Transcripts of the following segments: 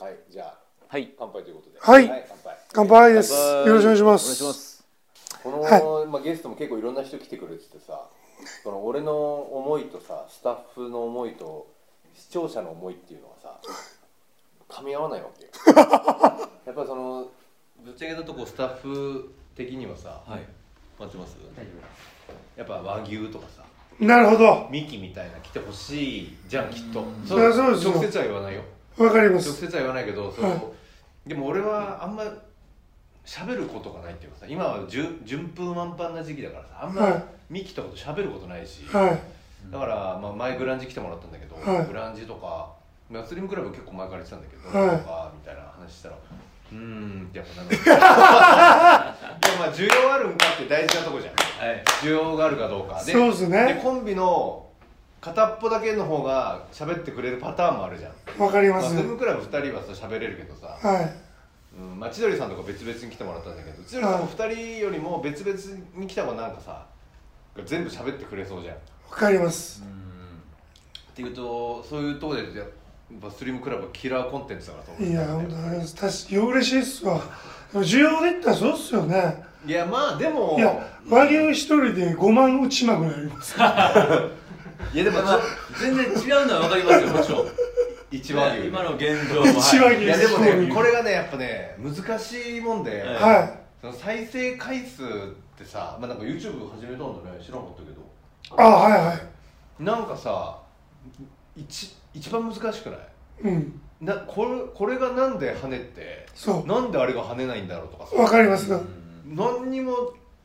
はい、じゃあはい乾杯ということで。はい乾杯。乾杯です。乾杯よろしくお願いします。お願いしますこの、まあゲストも結構いろんな人来てくれててさ、その俺の思いとさ、スタッフの思いと視聴者の思いっていうのがさ、噛み合わないわ けよ。やっぱそのぶっちゃけたとこスタッフ的にはさ、はい待ってます。大丈夫やっぱ和牛とかさ、なるほど。ミキみたいな来てほしいじゃんきっと。いやそうですよ直接は言わないよ。わかりま直す。接は言わないけどそはいのでも俺はあんま喋ることがないっていうかさ今は順順風満帆な時期だからさあんはいまミキとかと喋ることないし、はい。だから、まあ、前グランジ来てもらったんだけど、はいグランジとかまあスリムクラブ結構前から言ってたんだけど、はいとかみたいな話したらうーんってやっぱな るいやまあ需要あるんかって大事なとこじゃんはい需要があるかどうかそうですねでコンビの片っぽだけの方が喋ってくれるパターンもあるじゃんわかりままあ、すズ。ームクラブ2人はさ喋れるけどさ、はい。うんまあ、千鳥さんとか別々に来てもらったんだけど千鳥さんも2人よりも別々に来た方がなんかさ全部喋ってくれそうじゃんっわかります。ていうとそういうとこでやっぱスリムクラブはキラーコンテンツだなと思ういや、本当にあります。確かに嬉しいっすわ。でも需要で言ったらそうっすよね。いやまあでもいや、和牛一人で5万打ちまぐらいあります。いやでもまあ全然違うのはわかりますよもちろん一番いい今のい現状は一番いいやでもそういねうこれがねやっぱね難しいもんで、はいはその再生回数ってさ、まあ、なんか YouTube 始めたんだね知らなかったけどい。あ、はいはい。なんかさ一一番難しくないうん。なこれこれがなんで跳ねてそなんであれが跳ねないんだろうとかう。わさかりますが。何にも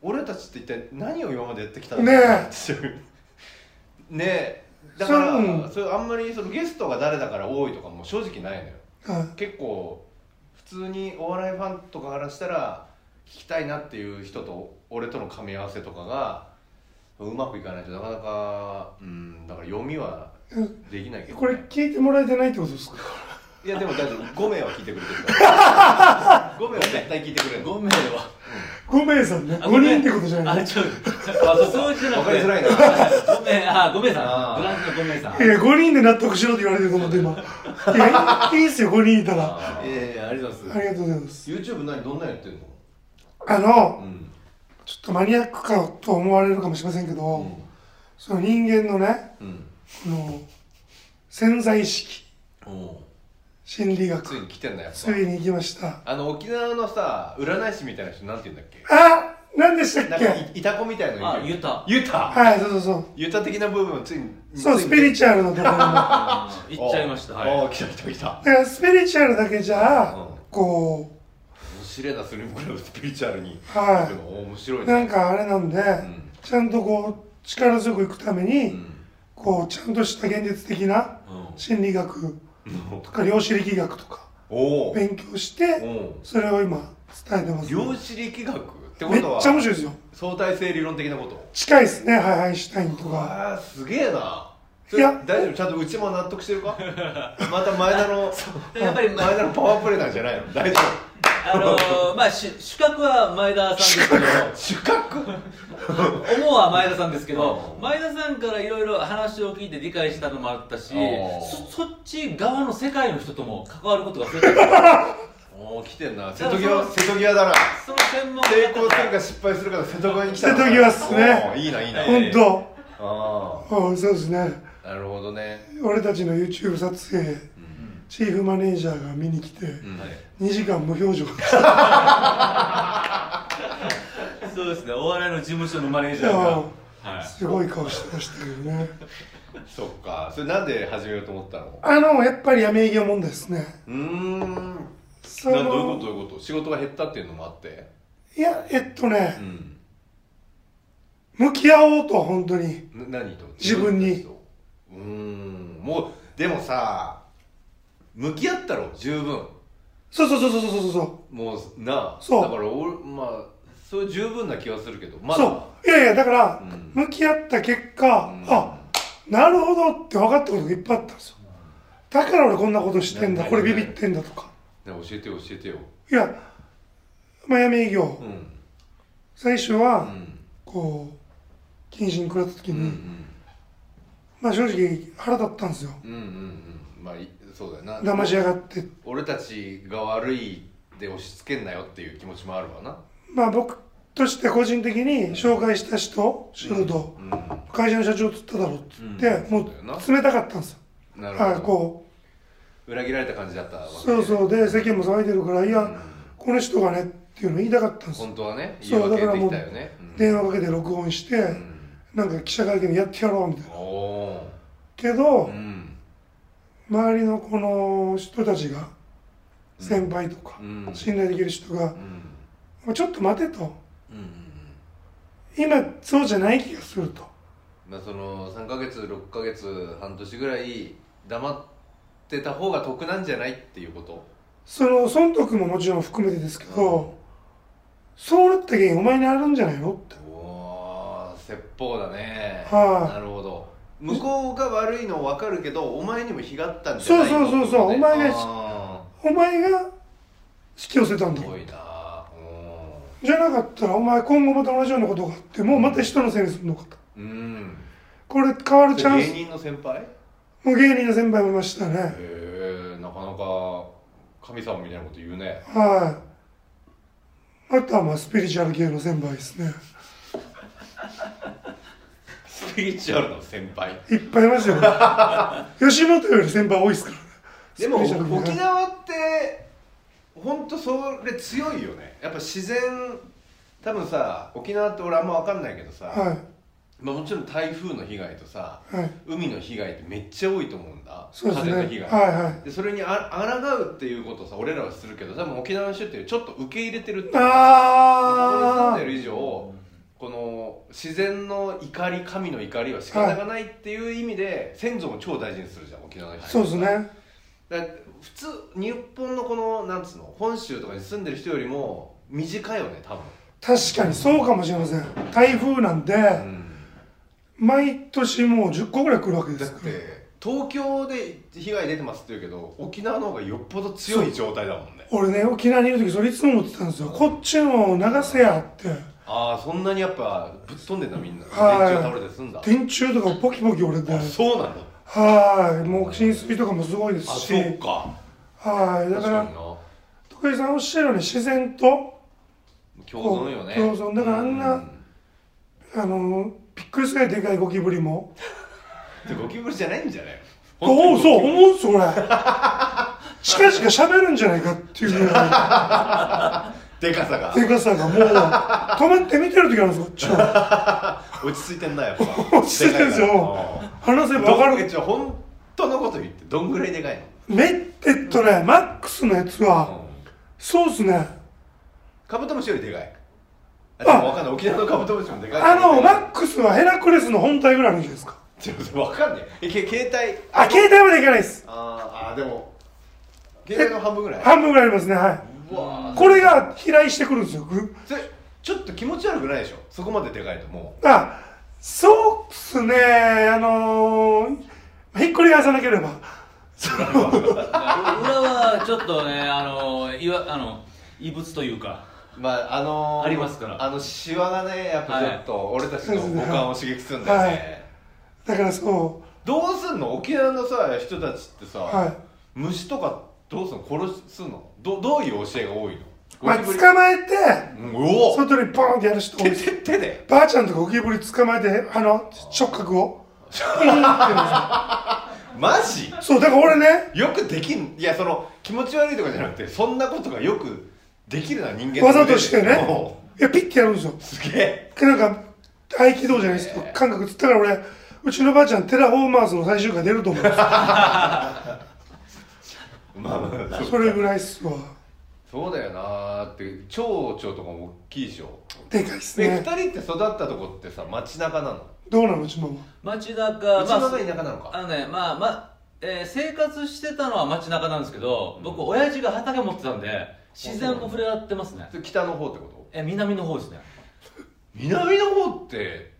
俺たちって一体何を今までやってきたねえっていう ねえだからそそうれうんあんまりそのゲストが誰だから多いとかも正直ないのよは結構普通にお笑いファンとかからしたら聞きたいなっていう人と俺との噛み合わせとかがうまくいかないとなかなかうんだから読みはいうん。できないけど、ね、これ聞いてもらえてないってことですかいやでも大丈夫5名は聞いてくれてるから5 名は絶対聞いてくれる5名は ?5 名さんね。あ5人ってことじゃないあちょっとあそう数字じゃなくわかてりづ らいな5名あ5名さあんーグランジの5名さんいや、5人で納得しろって言われてると思って今。いや、いいいっすよ、5人いたら。あいやいやありがとうございますりがとうございます。 YouTube 何どんなやってんのあの、うんちょっとマニアックかと思われるかもしれませんけど、その人間のね、うんこの潜在意識、お心理つ学、いに来てんだやっついに行きました。ぱあの沖縄のさ占い師みたいな人なんて言うんだっけあ何でしたなっんかけいいたこみたいなのいるよあゆたはい、そうそうそう。ゆた的な部分ついにそう、ついスにピリチュアルのとこ ろも。だかあー行っちゃいましたおはいおー来た来た来たらスピリチュアルだけじゃ、うんこ面白いなスリムクラブスピリチュアルにはい、行くの面白いうねなんかあれなんで、んちゃんとこう、力強くいくために、うんこう、ちゃんとした現実的なうん心理学とか量子力学とかおお勉強して、それを今伝えてます、量子力学ってこめっとはちゃ面白いですよ。相対性理論的なこと近いですね、はい、アインシュタインとか。わあすげえないや大丈夫ちゃんとうちも納得してるかまた前田 のやっぱり前田のパワープレイなんじゃないの大丈あのー、まあし主角は前田さんですけど夫主角思うは前田さんですけどうん前田さんからいろいろ話を聞いて理解したのもあったしうんそそっち側の世界の人とも関わることが増えたおお来てんな瀬だ戸から際その瀬戸際だなその専門成功家するか失敗するかの瀬戸際に来たな瀬戸際っすねおーいいないいなは本い当、あうんそうですね。あなるほどね俺たちの YouTube 撮影、チーフマネージャーが見に来て、うん2時間無表情でしそうですねお笑いの事務所のマネージャたーが、よ。はいすごい顔してましたけどね。そっかそれなんで始めようと思ったのあの、やっぱり闇営業問題ですね。うーんなそどうのいうことどういうこと仕事が減ったっていうのもあっていや、えっとうね、ん向き合おうと、本当に。な何と自分にうーんもうでもさ向き合ったろ十分そうそうそうそうそうそうそもうなあそうだから俺まあそれ十分な気はするけどう。まだそう。いやいや、だから、うん向き合った結果、うんあ、なるほどって分かったことがいっぱいあったんですよ。だから俺こんなことしてんだ、なこれビビってんだとか。ね教えてよ教えてよいや、マヤミ営業、うん最初うは、んこう、謹慎食らった時うんうに、んまあ正直腹立ったんですよ。うんうんうんまあいそうだよな騙しやがって俺たちが悪いで押し付けんなよっていう気持ちもあるわなまあ僕として個人的に紹介した人シュードうん会社の社長っつっただろっつって、うんもそうだよなう冷たかったんですよなるほどあこ裏切られた感じだったわうけそうそうで世間も騒いでるからいや、うんこの人がねっていうの言いたかったんですよ本当はね言いそう訳だからでもきうたよねうん電話かけて録音して、うんなんか記者会見やってやろうみたいなおおけーど、うん周りのこの人たちが先輩とか、うん信頼できる人がう、んちょっと待てとうんうん今そうじゃない気がするとまあその3ヶ月6ヶ月半年ぐらい黙ってた方が得なんじゃないっていうことその損得ももちろん含めてですけど、そうなった原因お前にあるんじゃないのっておー説法だねはいなるほど向こうが悪いの分かるけどお前にもひがったんじゃそなういそうそうそうお前がしがお前が引き寄せたんだすごいなうじゃなかったらお前今後また同じようなことがあってもうまた人のせいにするのかとんうんこれ変わるチャン芸ス人の先輩へもう芸人の先輩もいましたねえなかなか神様みたいなこと言うねはいあとはまあスピリチュアル系の先輩ですねスピリチュアルの先輩いっぱいい ましたよ吉本より先輩多いですからねでもスピリチュアル系沖縄って本当それ強いよねやっぱ自然多分さ沖縄って俺あんま分かんないけどさ、はまあ、もちろん台風の被害とさいはい海の被害ってめっちゃ多いと思うんだ、そうですね風の被害、はいはいでそれにあ抗うっていうことをさ俺らはするけど多分沖縄の人ってちょっと受け入れてるってここに住んあでる以上この自然の怒り神の怒りは仕方がないっていう意味で、先祖も超大事にするじゃん沖縄の人あはそうですねだから普通日本のこのなんつうの本州とかに住んでる人よりも短いよね多分確かにそうかもしれません台風なんで、毎年もう10個ぐらい来るわけでだっすからて東京で被害出てますって言うけど沖縄の方がよっぽど強い状態だもんね俺ね沖縄にいる時それいつも思ってたんですよこっちも流せやってああそんなにやっぱぶっ飛んでんだみんな電はい柱倒れて済んだ電柱とかポキポキ折れてあそうなのはいもう浸水とかもすごいですあしそうかはいだ確かからにな徳井さんおっしゃるように自然と共存よね共存だからあんなうあのびっくりするぐらいでかいゴキブリもでゴキブリじゃないんじゃないおおそうう思うんです俺近々喋るんじゃないかっていうぐらでかさがいでかさがもう止まって見てる時あるんですこっちは落ち着いてんなやっぱ落ち着いてるんですよでかいから話せばど分んかるえちょ本当のこと言ってどんぐらいでかいめえっとねマックスのやつはのそうっすねカブトムシよりでかいあでも分かんない沖縄のカブトムシもでかいあのマまックスはヘラクレスの本体ぐらいあるんじゃないですか ちょっと分かんないえけ携帯あ携帯までいかないですあーあーでも携帯の半分ぐらい半分ぐらいありますねはいうわーこれが飛来してくるんですよぐそれちょっと気持ち悪くないでしょそこまででかいともあそうっすねあのー、ひっくり返さなければ裏はちょっとね、あの、いわ、あの、異物というか。うまああのー、ありますからあのシワがねやっぱちょっと俺たちのそうです五ね感を刺激するんだよね、はいだからそどうすんの沖縄のさ人たちってさ、はい虫とかどうすんの殺すのどどういう教えが多いのう、まあ、ゴキブ捕リまえてうんうお外にポーンってやる人多い手です手手でばあちゃんとかゴキブリ捕まえてあの触覚を ピーンってやマジるそうだから俺ねよくできんいやその気持ち悪いとかじゃなくてそんなことがよくできるな人間のわざとしてねおいやピッてやるんですようすげえでなんか合気道じゃないですけど感覚つったから俺うちのばあちゃんテラフォーマーズの最終回出ると思うんですよまあまあそうそれぐらいっすわそうだよなーって蝶々とかも大きいでしょでかいっすえ、ね二人って育ったとこってさ街中なのどうなのうちママ街中、うちまのあが、田舎なのかあのね、まあ、まえー生活してたのは街中なんですけど、僕、親父が畑持ってたんで、自然も触れ合ってますね。それ北の方ってことえ、南の方ですね。南の方って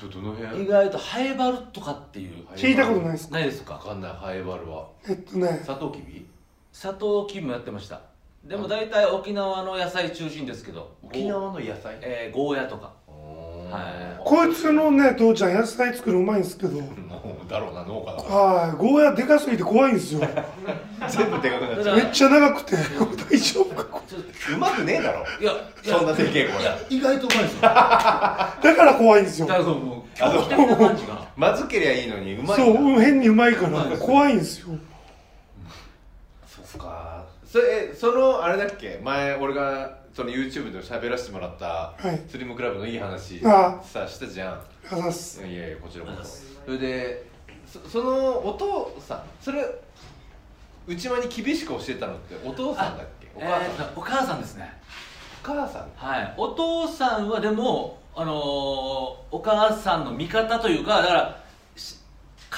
どどどの辺意外とハエバルとかっていう。はい聞いたことないですないですわか。かんないハエバルはえっとねサトウキビ砂糖キムやってました。でも大体沖縄の野菜中心ですけど。沖縄の野菜えーゴーヤとか。おーはいこいつのね父ちゃん野菜作るうまいんですけどだろうな農家だかはいゴーヤでかすぎて怖いんですよめっら 全部でかくなっちゃ ちゃ長くて大丈夫かこちょっとううまくねえだろいやいやそんなでけえこいれや意外とうまいですよだかれだから怖いんですよらそうもう狂気的な感じがまずけりゃいいのにうまいそんうだ変にうまいからうまい怖いんですよそっかそれえそのあれだっけ前俺がその YouTube で喋らせてもらったはいスリムクラブのいい話あさしたじゃんあざっすいやいやこちらこあそそれでそそのお父さんそれ内間に厳しく教えたのってお父さんだっけおお母母さん、さん、お母さんですねお母さんはいお父さんはでもあのーお母さんの味方というかだからし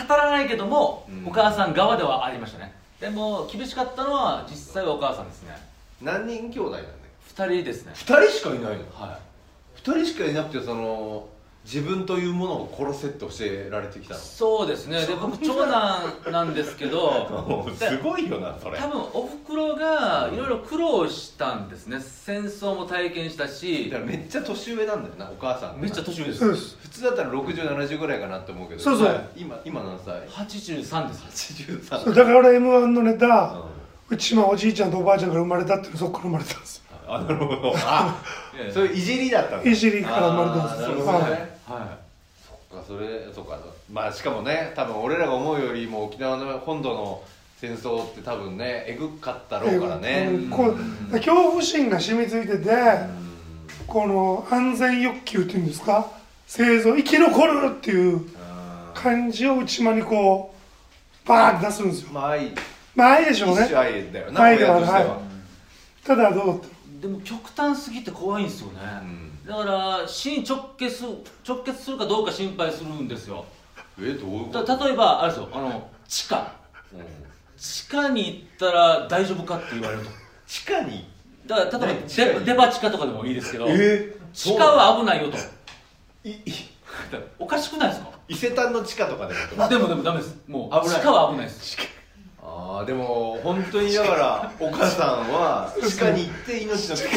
語らないけども、うんお母さん側ではありましたねでも厳しかったのは実際はお母さんですね何人兄弟なんだっ2人ですねけ2人しかいないのは2人しかいなくてその自分というものを殺せって教えられてきたい のそうですねで僕長男なんです けどすごいよなそれ多分おふくろがいろいろ苦労したんですね戦争も体験したしだからめっちゃ年上なんだよなお母さんめっちゃ年上でそうですす普通だったら6070ぐらいかなって思うけどそうそうはい今今何歳83です83そうだから俺 m 1のネうタんうちまあおじいちゃんとおばあちゃんから生まれたっていうのそっから生まれたんですよあなるほど あいやいやそういういじりだったんだいじりから生まれたんですあーなるよほどねはいはそっかそれそっかまあしかもね多分俺らが思うよりも沖縄の本土の戦争って多分ねえぐかったろうからね、うんこう恐怖心が染みついててこの安全欲求っていうんですか生存生き残るっていうあ感じを内間にこうバーンって出すんですよーまあ愛まあ愛でしょう一種ね愛だよな愛親だとしては、はただどうだっいでも極端すぎて怖いんですよね、んだから死に直結直結するかどうか心配するんですよえどういうこだと、例えばあれですよあの地下うん地下に行ったら大丈夫かって言われると地下にだから例えね地下ばにデデパ地下とかでもいいですけど、え地下は危ないよといいおかしくないですか伊勢丹の地下とかでもってことでもでもダメですもう危ない地下は危ないですああでも本当にだからお母さんは地下に行って命の危険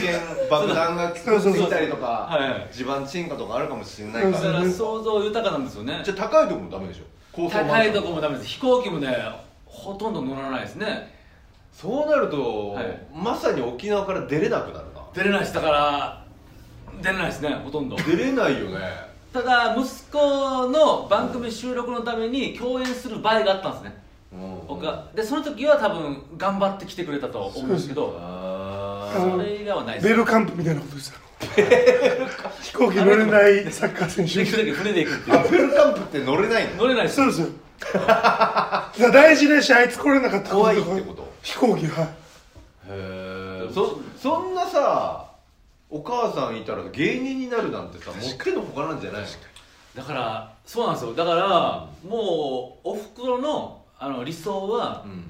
爆弾が作ってきたりとはいはかい地盤沈下とかあるかもしれないだかかららね想像豊かなんですよねじゃあ高いとこもダメでしょ高層マン高ショいンとこもダメです飛行機もねほとんど乗らないですねそうなると、はいまさに沖縄から出れなくなるな出れないですだから出れないですねほとんど出れないよねただ息子の番組収録のために共演する場合があったんですね、うん僕がでその時は多分頑張って来てくれたと思うんですけどあそうそれ以外はないたでベすルカンプみたいなことですよ飛行機乗れないサッカー選でき手るだけ船で行くってーいアペルカンプって乗れないのう乗れないですそう ですよだから大事だしあいつ来れなかった怖いってこと飛行機はへえそそんなさお母さんいたら芸人になるなんてさもってのほかなんじゃないのだからそうなんですよだからもうおふくろのあの理想は、うん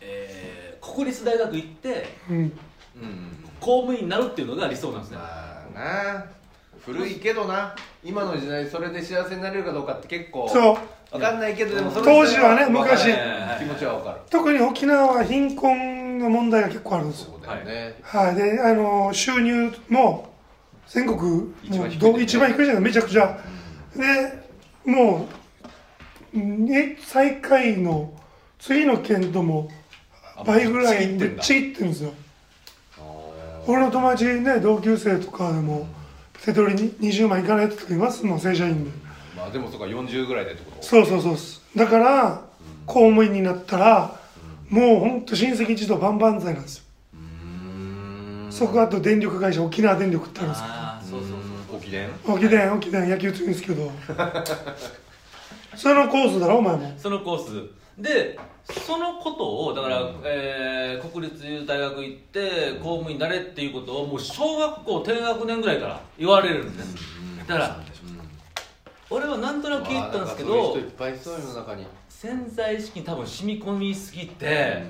えー国立大学行ってうんうん公務員になるっていうのが理想なんですねまあな古いけどな今の時代それで幸せになれるかどうかって結構そう分かんないけどでもその当時はねわかる昔気持ちは分かる特に沖縄は貧困の問題が結構あるんですよそうだよねはい、であの収入も全国一も番う低いど一番低いじゃないめちゃくちゃでもうね最下位の次の県ともあ倍ぐらいぶっちぎってんだぶっちぎってるんですよあー俺の友達ね同級生とかでも手取りに20万いかないって人いますもん正社員でまあでもそっか40ぐらいでってことそうそうそうっすだから公務員になったらもうほんと親戚一同万々歳なんですよそこあと電力会社沖縄電力ってあるんですけどああそうそうそう沖伝沖伝沖伝野球強いんですけど そのコースだろお前もそのコースでそのことをだから、えー国立大学行って公務員になれっていうことをもう小学校低学年ぐらいから言われるんです、だから俺はなんとなく聞いてたんですけうわどーなんかそういう人いっぱいいそういうの中に潜在意識に多分染み込みすぎて、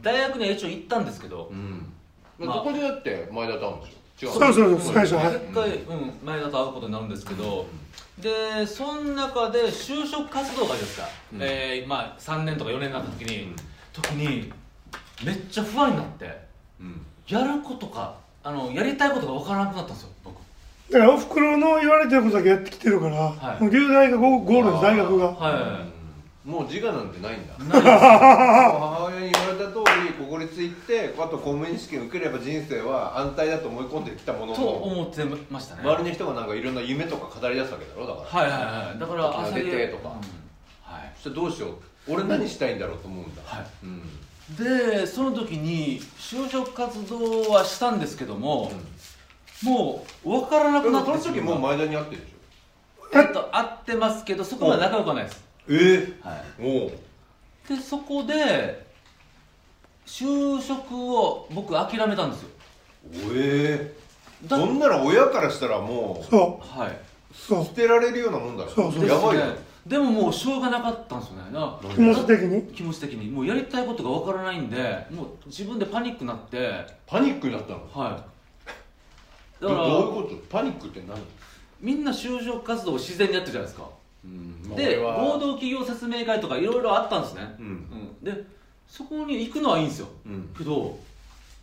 大学には一応行ったんですけど、うんまあまあどこでだって前田と会うんでしょ違うそうそうそう最初は一回、うん、前田と会うことになるんですけど、でその中で就職活動がですか、うんえーまあ、3年とか4年になった時に、時にめっちゃ不安になってうんやることかあのやりたいことが分からなくなったんですよ僕だからおふくろの言われてることだけやってきてるから、いもう流大がゴゴールです大学がはもう自我なんてないんだいな母親に言われた通り国立行ってあと公務員試験受ければ人生は安泰だと思い込んできたもいのとの思ってましたね周りの人がなんかいろんな夢とか語り出すわけだろだから、はいはいはいだから沖縄出てとかうんはいそしてどうしよう俺何したいんだろうと思うんだ、はいうんでその時に就職活動はしたんですけども、もう分からなでくなもっそての時もうう前田に会ってるでしょえっと会ってますけどそこまで仲良くはないです、えはえおうい、でそこで就職を僕諦めたんですよおえだそんなら親からしたらもうそはいそう捨てられるようなもんだろそうそうやばいでよすねでももうしょうがなかったんですよねな気持ち的に気持ち的にもうやりたいことが分からないんでもう自分でパニックになってパニックになったのはいどだどうからいうことパニックって何みんな就職活動を自然にやってるじゃないですかうん俺では合同企業説明会とかいろいろあったんですねう、んうんでそこに行くのはいいんですようんけど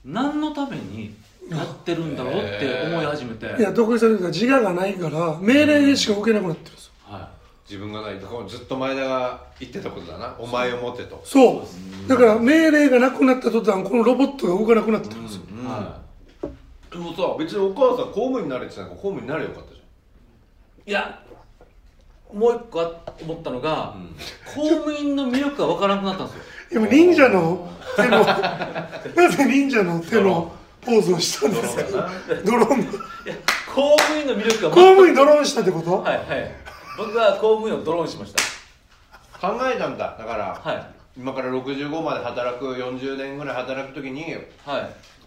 何のためにやってるんだろうって思い始めて、いや独立されるから自我がないから命令しか受けなくなってるんですよは自分がないとこずっと前田が言ってたことだなお前を持てとそうだから命令がなくなった途端このロボットが動かなくなってるんですよ、い、はでもさ別にお母さん公務員になれって言ってたから公務員になればよかったじい、いやもう一個あ思ったのが、ゃん、公務員の魅力が分からなくなったんですよでも忍者の手 のなぜ忍者の手のポーズをしたんですかドローン公務員の魅力が公務員ドローンしたってこと、はいはい僕は公務員をドローンしました考えたんだだから、は今から65まで働く40年ぐらい働く時にいはい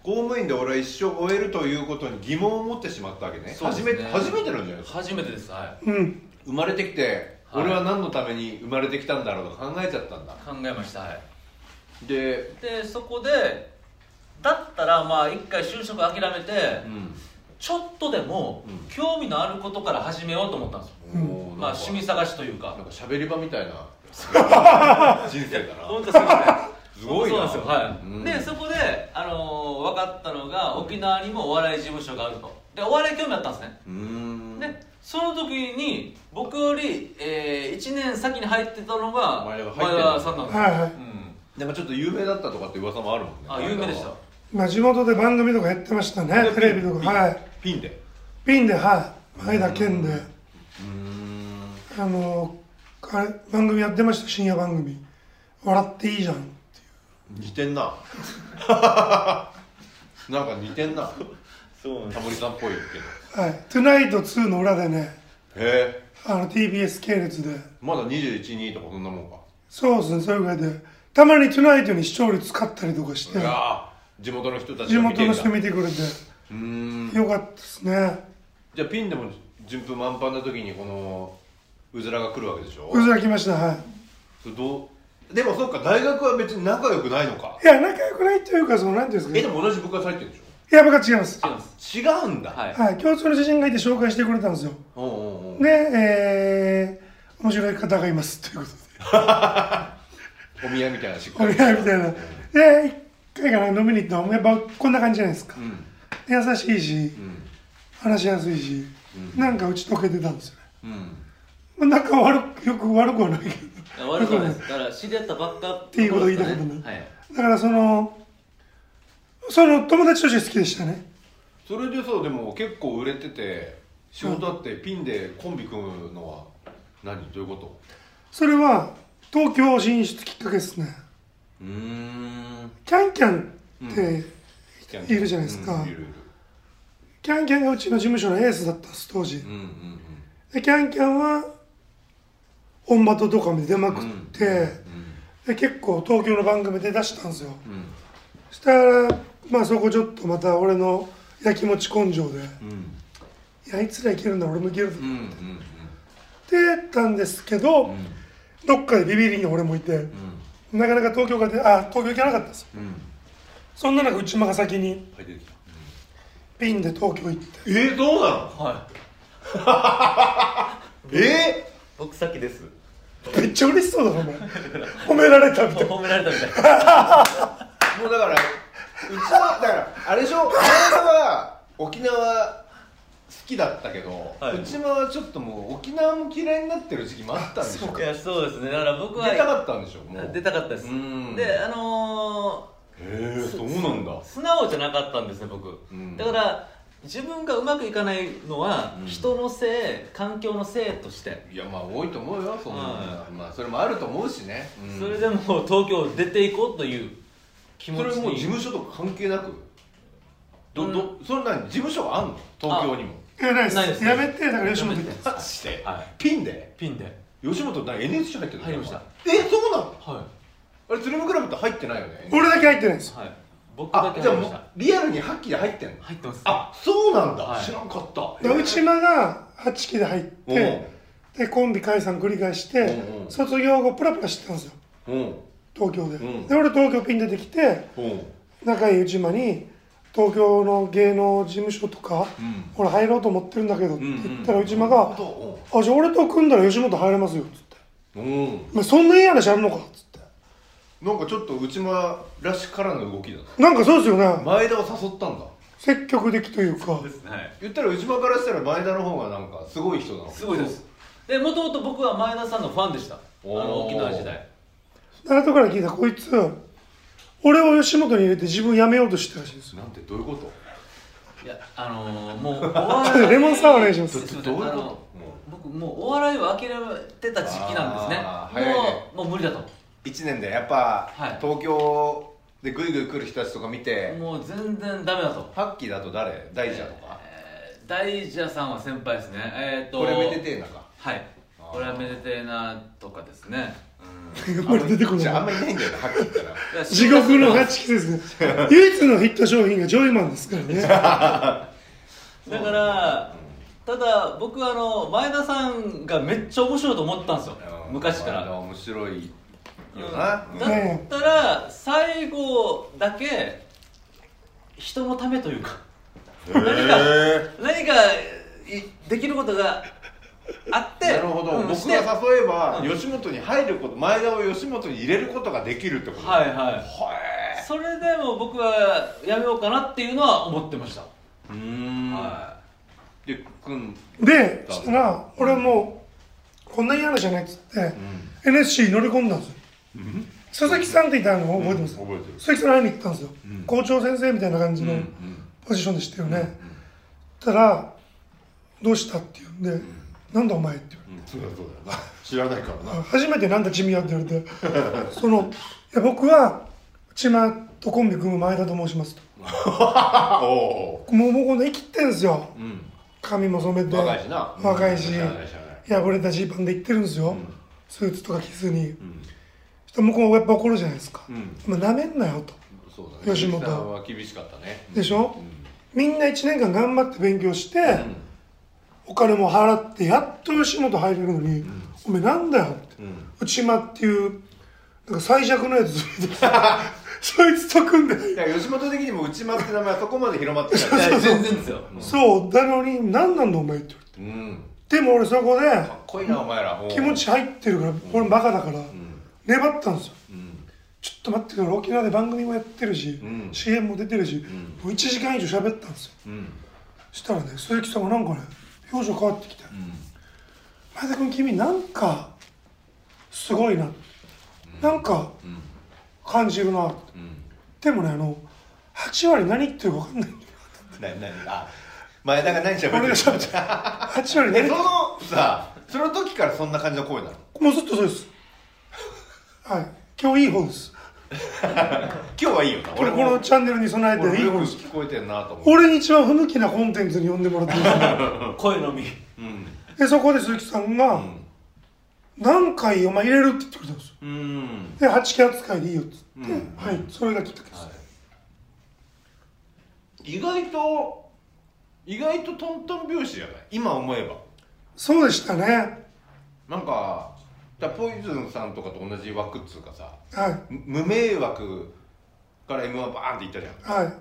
公務員で俺は一生終えるということに疑問を持ってしまったわけねそうです初めねて初めてなんじゃないですか初めてですはいうん生まれてきて、はい俺は何のために生まれてきたんだろうと考えちゃったんだ考えましたはいででそこでだったらまあ一回就職諦めて、うんちょっとでもうん興味のあることから始めようと思ったんですよ、もうまあなんか趣味探しというかなんか喋り場みたい な人生だな本当すごすごいねいな そうなんですよはうい、んでそこで、あのー分かったのが沖縄にもお笑い事務所があるとでお笑い興味あったんですねうーんでその時に僕より、え1年先に入ってたのが前田が入ってる前田さんなんですよ、はいはいうんでもちょっと有名だったとかって噂もあるもんねあ有名でしたまあ地元で番組とかやってましたねテレビとかはいピンでピンではい前田健でうーんあのあれ番組やってました深夜番組「笑っていいじゃん」似てんな なんか似てんなそうタモリさんっぽいけどはい「トゥナイト2」の裏でねへえあの TBS 系列でまだ212とかそんなもんかそうですねそれぐらいでたまに「トゥナイト」に視聴率買ったりとかしいてやー地元の人たち地が見元てんのだ人見てくれてうーんよかったですねじゃあピンでも順風満帆な時にこのうずらが来るわけでしょうずらきましたはいそれどうでもそっか大学は別に仲良くないのかいや仲良くないというかそのなんていうんえでですかも同じ部活入ってるでしいや僕は違います違いまょす違うんだはいはい共通の知人がいて紹介してくれたんですよおうんうんうんでえー、面白い方がいますということでお宮みたいなしっお見合いみたいなで一回かな飲みに行ったらやっぱこんな感じじゃないですかうん優しいしうん話しやすいし、なんか打ち解けてたんですよねうんまあ仲悪くよく悪くはないけどいや悪 くないですだから知り合ったばっかっていうことを言いたかったんだはいだからそのその友達として好きでしたねそれでさでも結構売れてて仕事あってピンでコンビ組むのは何どういうことそれは東京進出きっかけですねうーんキャンキャンって、いるじゃないですかうんいるいるキャンキャンがうちの事務所のエースだったんです当時、うんうんでキャンキャンは本場とドカミで出まくって、で結構東京の番組で出したんですよ、そしたらまあそこちょっとまた俺のやきもち根性で、いやあいつらいけるんだ俺もいけるぞ、うんうんうんってやったんですけど、どっかでビビりに俺もいて、なかなか東京がであ東京行けなかったんですようんうんそんな中内間が先に入ってきたピンで東京行ってえー、どうなのはいえ僕先 ですめっちゃ嬉しそうだなお前褒められたみたいな褒められたみ たいなー、もうだからうちはだからあれでしょ前田は沖縄きだったけど、はいうちはちょっともう沖縄も嫌いになってる時期もあったんでしょいやそうですねだから僕出はたかったんでしょもう出たかったですうんであのへえそうなんだー素直じゃなかったんですね僕うんだから自分がうまくいかないのはうん人のせい環境のせいとしていやまあ多いと思うよそんなのはまあそれもあると思うしね、うんそれでも東京出ていこうという気持そちれもう事に務所とか関係なくうどんどそれ何事務所があんの東京にもいやないですないですやめてだから吉本やにめてマジで、はいピンでピンで吉本何 NSC 入ってるの入りましたえそうなのはあれ鶴見クラブって入ってないよね俺だけ入ってないんですいよはい僕だあけじゃ入ありまもしうたリアルにハッキーで入ってんの入ってますあそうなんだ、はい知らんかっただから内間が8期で入っうんてでコンビ解散繰り返してうんうん卒業後プラプラしてたんですようん東京で、うんで俺東京ピン出てきてうん仲いい内間に東京の芸能事務所とか、ん俺入ろうと思ってるんだけどって言ったら内間が「そあじゃあ俺と組んだら吉本入れますよ」っつってううん「まあ、そんないい話あるのか」っつってなんかちょっと内間らしからぬ動きだななんかそうですよね前田を誘ったんだ積極的というかですねはい言ったら内間からしたら前田の方がなんかすごい人なのすごいですでもともと僕は前田さんのファンでしたあおーの沖縄時代後から聞いたこいつ俺を吉本に入れて自分辞めようとしてたらしいんですよなんてどういうこといやあのー、も うおちょっ笑とレモンサワーお願いしますすいませどんういうことあの僕もうお笑いを諦めてた時期なんですねあー早いねもうもう無理だと1年でやっぱ、はい東京でグイグイ来る人たちとか見て、もう全然ダメだとハッキーだと誰大ジャとか、えー大蛇さんは先輩ですねえっ、とこれめでてえなかはいあーこれはめでてえなとかです ね、うん やっぱり出てこじゃああんないまりいないんだよねハッキーってないや地獄のだ8期ですね唯一のヒット商品がジョイマンですからねからただ僕はあの前田さんがめっちゃ面白いと思ってたんですようん昔からまあ面白いよな、うんうんだったら最後だけ人のためというかへー何かいできることがあってなるほど、うんし僕てがはい誘えば、うん吉本に入ること前田を吉本に入れることができるってこといはへいそれでも僕はやめようかなっていうのは思ってました、えうん、はでくんでしたら俺もうこんなに話じゃないっつって、NSC 乗り込んだんですよ佐々木さんっていたの覚えてます、うん覚えてる佐々木さん会いに行ったんですよ、うん校長先生みたいな感じのポジションでしたよね、そしたら「どうした?」って言うんで「なんだお前」って言われてうんそうだそう だよな知らないからな初めてなんだ地味やって言われてそのいや僕は内間とコンビ組む前田と申しますあおともうもうこんな生きてんすよお、うん、髪も染めて若いしな若いし知らない知らない破れたジーパンで行ってるんですよ、んスーツとか着ずにうん、そしたら向こうはやっぱ怒るじゃないですかう、ん、まあなめんなよとそうだね吉鈴本木さんは厳しかったねでしょ、みんな1年間頑張って勉強して、お金も払ってやっと吉本入れるのに、おめえなんだよって、うん内間っていうなんか最弱のやつ そいつと組んでいや吉本的にも内間って名前はそこまで広まってないい、いや全然ですよそうなのに何なんだお前って言わうんれてでも俺そこでかっこいいなお前ら気持ち入ってるから俺もバカだからうん粘ったんですようんちょっと待ってくれ沖縄で番組もやってるし、うん CM も出てるし、もう1時間以上喋ったんですようんそしたらね鈴木さんがなんかね表情変わってきて「前田君君なんかすごいな」なんか感じるな」うんでもねあの8割何言ってるか分かんないんだよななあ前田が何喋ってる俺が喋って8割え何そのさその時からそんな感じの声なのもうずっとそうですはい今日いい方です今日はいいよな俺このチャンネルに備え俺ていいよく方です聞こえてるなと思う俺に一番不向きなコンテンツに呼んでもらって ま声のみうんすでそこで鈴木さんがん「何回お前入れる?」って言ってくれたんですようんで8期扱いでいいよっつって、うんはいそれがきっかけです、意外と意外とトントン拍子じゃない今思えばそうでしたねなんかだからポイズンさんとかと同じ枠っつうかさはいむ無名枠から m 1バーンっていったじゃんは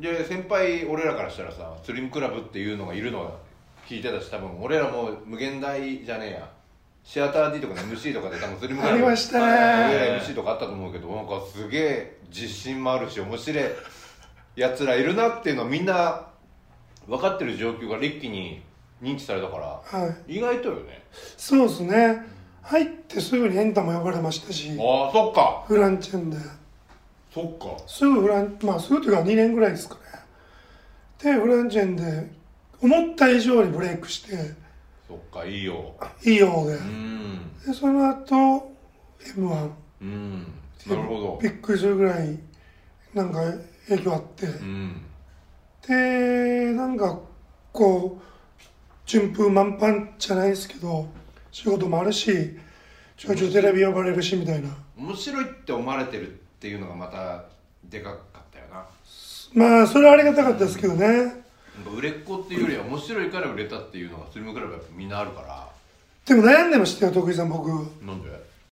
いで先輩俺らからしたらさスリムクラブっていうのがいるのは聞いてたし多分俺らも無限大じゃねえやシアター D とかの MC とかで多分スリムクラブありましたね俺ら MC とかあったと思うけどなんかすげえ自信もあるし面白いやつらいるなっていうのはみんな分かってる状況が劣気に認知されたからはい意外とよねそうですね入ってすぐにエンタも呼ばれましたしああそっかフランチェンでそっかすぐフランまあすぐというか2年ぐらいですかねでフランチェンで思った以上にブレイクしてそっかいいよいいようでうんでその後 M1 うんなるほびっくりするぐらいなんか影響あって、どうんでなんかこう順風満帆じゃないですけど仕事もあるしちょいちょいテレビ呼ばれるしみたいな面白いって思われてるっていうのがまたでかかったよなまあそれはありがたかったですけどねなんか売れっ子っていうよりは面白いから売れたっていうのがスリムクラブはやっぱみんなあるからでも悩んでましたよ徳井さん僕なんで